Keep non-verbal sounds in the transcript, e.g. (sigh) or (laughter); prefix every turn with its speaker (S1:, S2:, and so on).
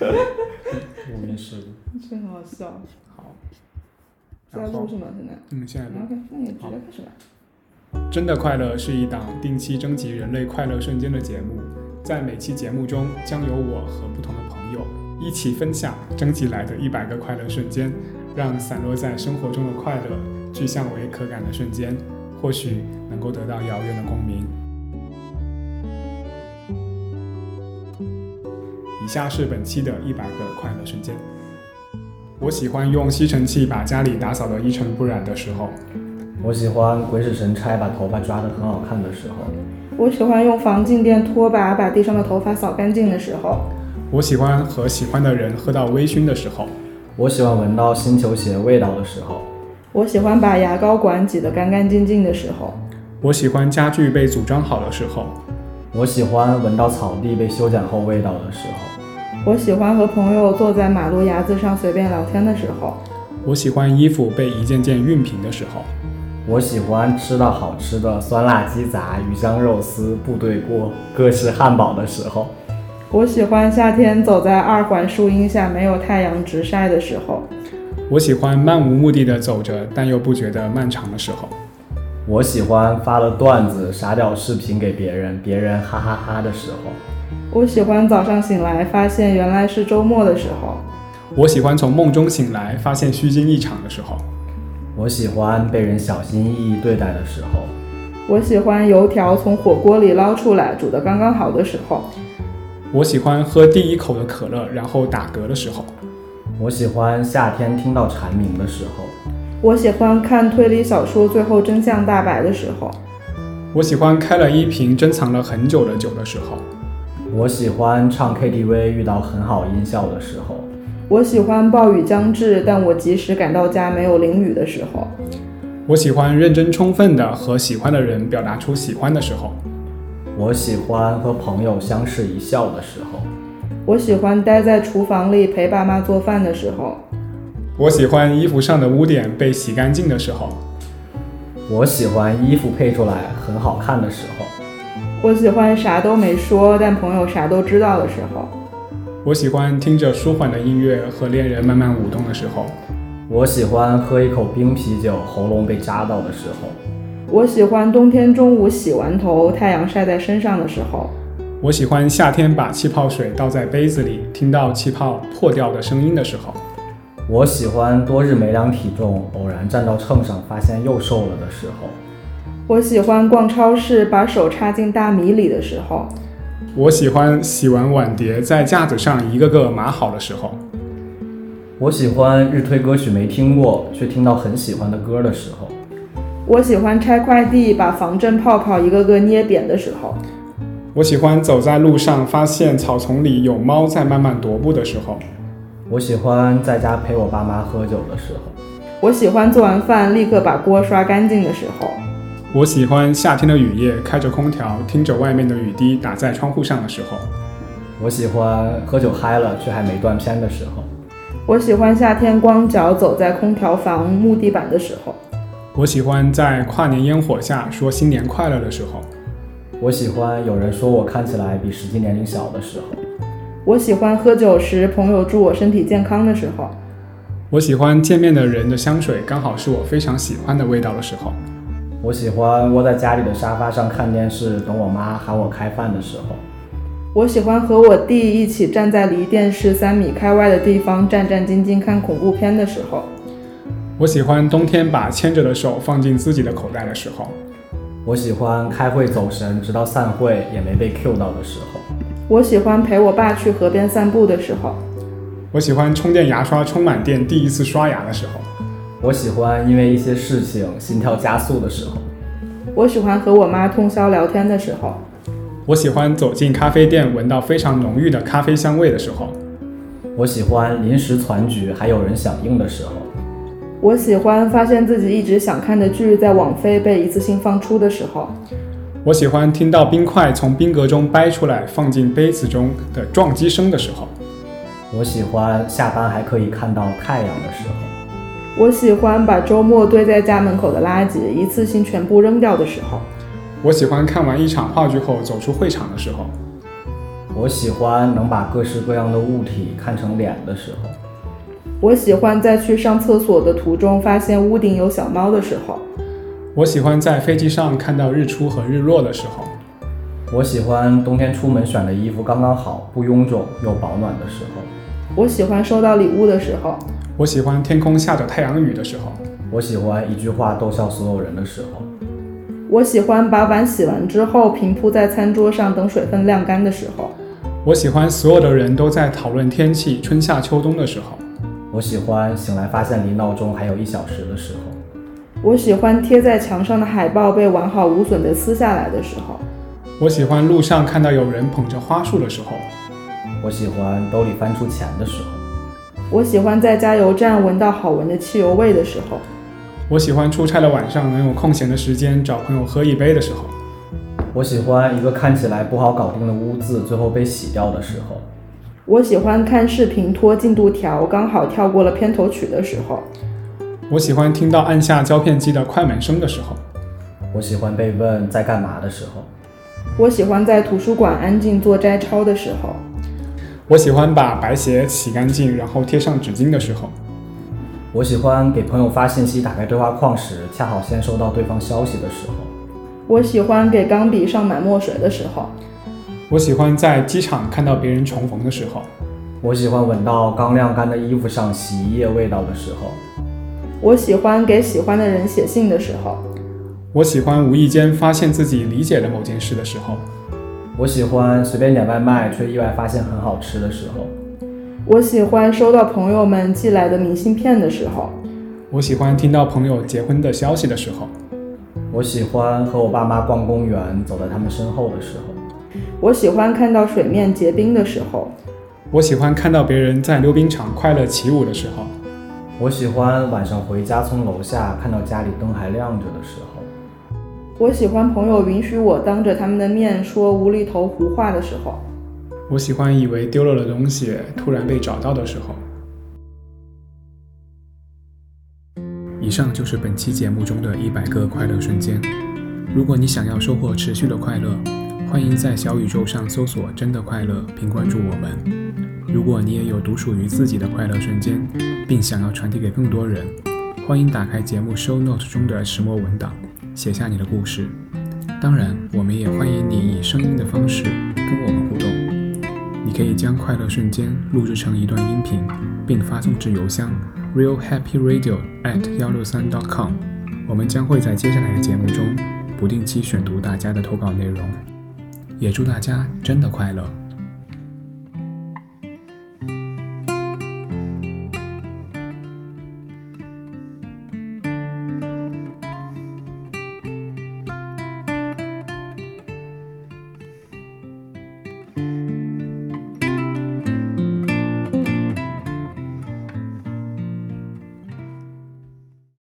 S1: 我没试过。
S2: (laughs) 这很好笑。
S3: 好，
S2: 是要
S3: 然后
S2: 录是吗？现在
S3: 嗯，现在录。
S2: ？OK，那也直接开始吧。
S3: 真的快乐是一档定期征集人类快乐瞬间的节目，在每期节目中，将由我和不同的朋友一起分享征集来的一百个快乐瞬间，让散落在生活中的快乐具象为可感的瞬间，或许能够得到遥远的共鸣。以下是本期的一百个快乐瞬间。我喜欢用吸尘器把家里打扫得一尘不染的时候。
S1: 我喜欢鬼使神差把头发抓得很好看的时候，
S2: 我喜欢用防静电拖把把地上的头发扫干净的时候，
S3: 我喜欢和喜欢的人喝到微醺的时候，
S1: 我喜欢闻到新球鞋味道的时候，
S2: 我喜欢把牙膏管挤得干干净净的时候，
S3: 我喜欢家具被组装好的时候，
S1: 我喜欢闻到草地被修剪后味道的时候，
S2: 我喜欢和朋友坐在马路牙子上随便聊天的时候，
S3: 我喜欢衣服被一件件熨平的时候，
S1: 我喜欢吃到好吃的酸辣鸡杂、鱼香肉丝、部队锅、各式汉堡的时候，
S2: 我喜欢夏天走在二环树荫下没有太阳直晒的时候，
S3: 我喜欢漫无目的的走着，但又不觉得漫长的时候，
S1: 我喜欢发了段子、傻屌视频给别人，别人哈哈哈的时候。
S2: 我喜欢早上醒来发现原来是周末的时候，
S3: 我喜欢从梦中醒来，发现虚惊一场的时候，
S1: 我喜欢被人小心翼翼对待的时候，
S2: 我喜欢油条从火锅里捞出来煮得刚刚好的时候，
S3: 我喜欢喝第一口的可乐，然后打嗝的时候，
S1: 我喜欢夏天听到蝉鸣的时候，
S2: 我喜欢看推理小说最后真相大白的时候，
S3: 我喜欢开了一瓶珍藏了很久的酒的时候，
S1: 我喜欢唱 KTV 遇到很好音效的时候，
S2: 我喜欢暴雨将至但我及时赶到家没有淋雨的时候，
S3: 我喜欢认真充分的和喜欢的人表达出喜欢的时候。
S1: 我喜欢和朋友相视一笑的时候，
S2: 我喜欢待在厨房里陪爸妈做饭的时候，
S3: 我喜欢衣服上的污点被洗干净的时候，
S1: 我喜欢衣服配出来很好看的时候，
S2: 我喜欢啥都没说但朋友啥都知道的时候。
S3: 我喜欢听着舒缓的音乐和恋人慢慢舞动的时候，
S1: 我喜欢喝一口冰啤酒喉咙被扎到的时候，
S2: 我喜欢冬天中午洗完头，太阳晒在身上的时候。
S3: 我喜欢夏天把气泡水倒在杯子里，听到气泡破掉的声音的时候，
S1: 我喜欢多日没量体重，偶然站到秤上发现又瘦了的时候。
S2: 我喜欢逛超市，把手插进大米里的时候。
S3: 我喜欢洗完碗碟在架子上一个个码好的时候，
S1: 我喜欢日推歌曲没听过，却听到很喜欢的歌的时候。
S2: 我喜欢拆快递，把防震泡泡一个个捏扁的时候。
S3: 我喜欢走在路上发现草丛里有猫在慢慢踱步的时候，
S1: 我喜欢在家陪我爸妈喝酒的时候。
S2: 我喜欢做完饭立刻把锅刷干净的时候。
S3: 我喜欢夏天的雨夜开着空调，听着外面的雨滴打在窗户上的时候。
S1: 我喜欢喝酒嗨了却还没断片的时候。
S2: 我喜欢夏天光脚走在空调房木地板的时候。
S3: 我喜欢在跨年烟火下说新年快乐的时候，
S1: 我喜欢有人说我看起来比实际年龄小的时候。
S2: 我喜欢喝酒时朋友祝我身体健康的时候。
S3: 我喜欢见面的人的香水刚好是我非常喜欢的味道的时候，
S1: 我喜欢窝在家里的沙发上看电视，等我妈喊我开饭的时候。
S2: 我喜欢和我弟一起站在离电视三米开外的地方，战战兢兢看恐怖片的时候。
S3: 我喜欢冬天把牵着的手放进自己的口袋的时候，
S1: 我喜欢开会走神，直到散会也没被 Q 到的时候。
S2: 我喜欢陪我爸去河边散步的时候。
S3: 我喜欢充电牙刷充满电第一次刷牙的时候，
S1: 我喜欢因为一些事情心跳加速的时候。
S2: 我喜欢和我妈通宵聊天的时候。
S3: 我喜欢走进咖啡店闻到非常浓郁的咖啡香味的时候，
S1: 我喜欢临时攒局，还有人响应的时候。
S2: 我喜欢发现自己一直想看的剧在网飞被一次性放出的时候。
S3: 我喜欢听到冰块从冰格中掰出来放进杯子中的撞击声的时候，
S1: 我喜欢下班还可以看到太阳的时候。
S2: 我喜欢把周末堆在家门口的垃圾一次性全部扔掉的时候。
S3: 我喜欢看完一场话剧后走出会场的时候。
S1: 我喜欢能把各式各样的物体看成脸的时候。
S2: 我喜欢在去上厕所的途中发现屋顶有小猫的时候。
S3: 我喜欢在飞机上看到日出和日落的时候。
S1: 我喜欢冬天出门选的衣服刚刚好，不臃肿又保暖的时候。
S2: 我喜欢收到礼物的时候。
S3: 我喜欢天空下着太阳雨的时候。
S1: 我喜欢一句话逗笑所有人的时候。
S2: 我喜欢把碗洗完之后平铺在餐桌上等水分晾干的时候。
S3: 我喜欢所有的人都在讨论天气、春夏秋冬的时候。
S1: 我喜欢醒来发现离闹钟还有一小时的时候。
S2: 我喜欢贴在墙上的海报被完好无损地撕下来的时候。
S3: 我喜欢路上看到有人捧着花束的时候。
S1: 我喜欢兜里翻出钱的时候。
S2: 我喜欢在加油站闻到好闻的汽油味的时候。
S3: 我喜欢出差的晚上能有空闲的时间找朋友喝一杯的时候。
S1: 我喜欢一个看起来不好搞定的污渍最后被洗掉的时候。
S2: 我喜欢看视频拖进度条，刚好跳过了片头曲的时候。
S3: 我喜欢听到按下胶片机的快门声的时候。
S1: 我喜欢被问在干嘛的时候。
S2: 我喜欢在图书馆安静做摘抄的时候。
S3: 我喜欢把白鞋洗干净，然后贴上纸巾的时候。
S1: 我喜欢给朋友发信息，打开对话框时，恰好先收到对方消息的时候。
S2: 我喜欢给钢笔上满墨水的时候。
S3: 我喜欢在机场看到别人重逢的时候。
S1: 我喜欢闻到刚晾干的衣服上洗衣液味道的时候。
S2: 我喜欢给喜欢的人写信的时候。
S3: 我喜欢无意间发现自己理解了某件事的时候。
S1: 我喜欢随便点外卖，却意外发现很好吃的时候。
S2: 我喜欢收到朋友们寄来的明信片的时候。
S3: 我喜欢听到朋友结婚的消息的时候。
S1: 我喜欢和我爸妈逛公园，走在他们身后的时候。
S2: 我喜欢看到水面结冰的时候。
S3: 我喜欢看到别人在溜冰场快乐起舞的时候。
S1: 我喜欢晚上回家从楼下看到家里灯还亮着的时候。
S2: 我喜欢朋友允许我当着他们的面说无厘头胡话的时候。
S3: 我喜欢以为丢了的东西突然被找到的时候。以上就是本期节目中的一百个快乐瞬间。如果你想要收获持续的快乐，欢迎在小宇宙上搜索“真的快乐”并关注我们。如果你也有独属于自己的快乐瞬间，并想要传递给更多人，欢迎打开节目 show note 中的石墨文档，写下你的故事。当然，我们也欢迎你以声音的方式跟我们互动。你可以将快乐瞬间录制成一段音频，并发送至邮箱 realhappyradio@ at 幺六三 .com。我们将会在接下来的节目中不定期选读大家的投稿内容。也祝大家真的快乐！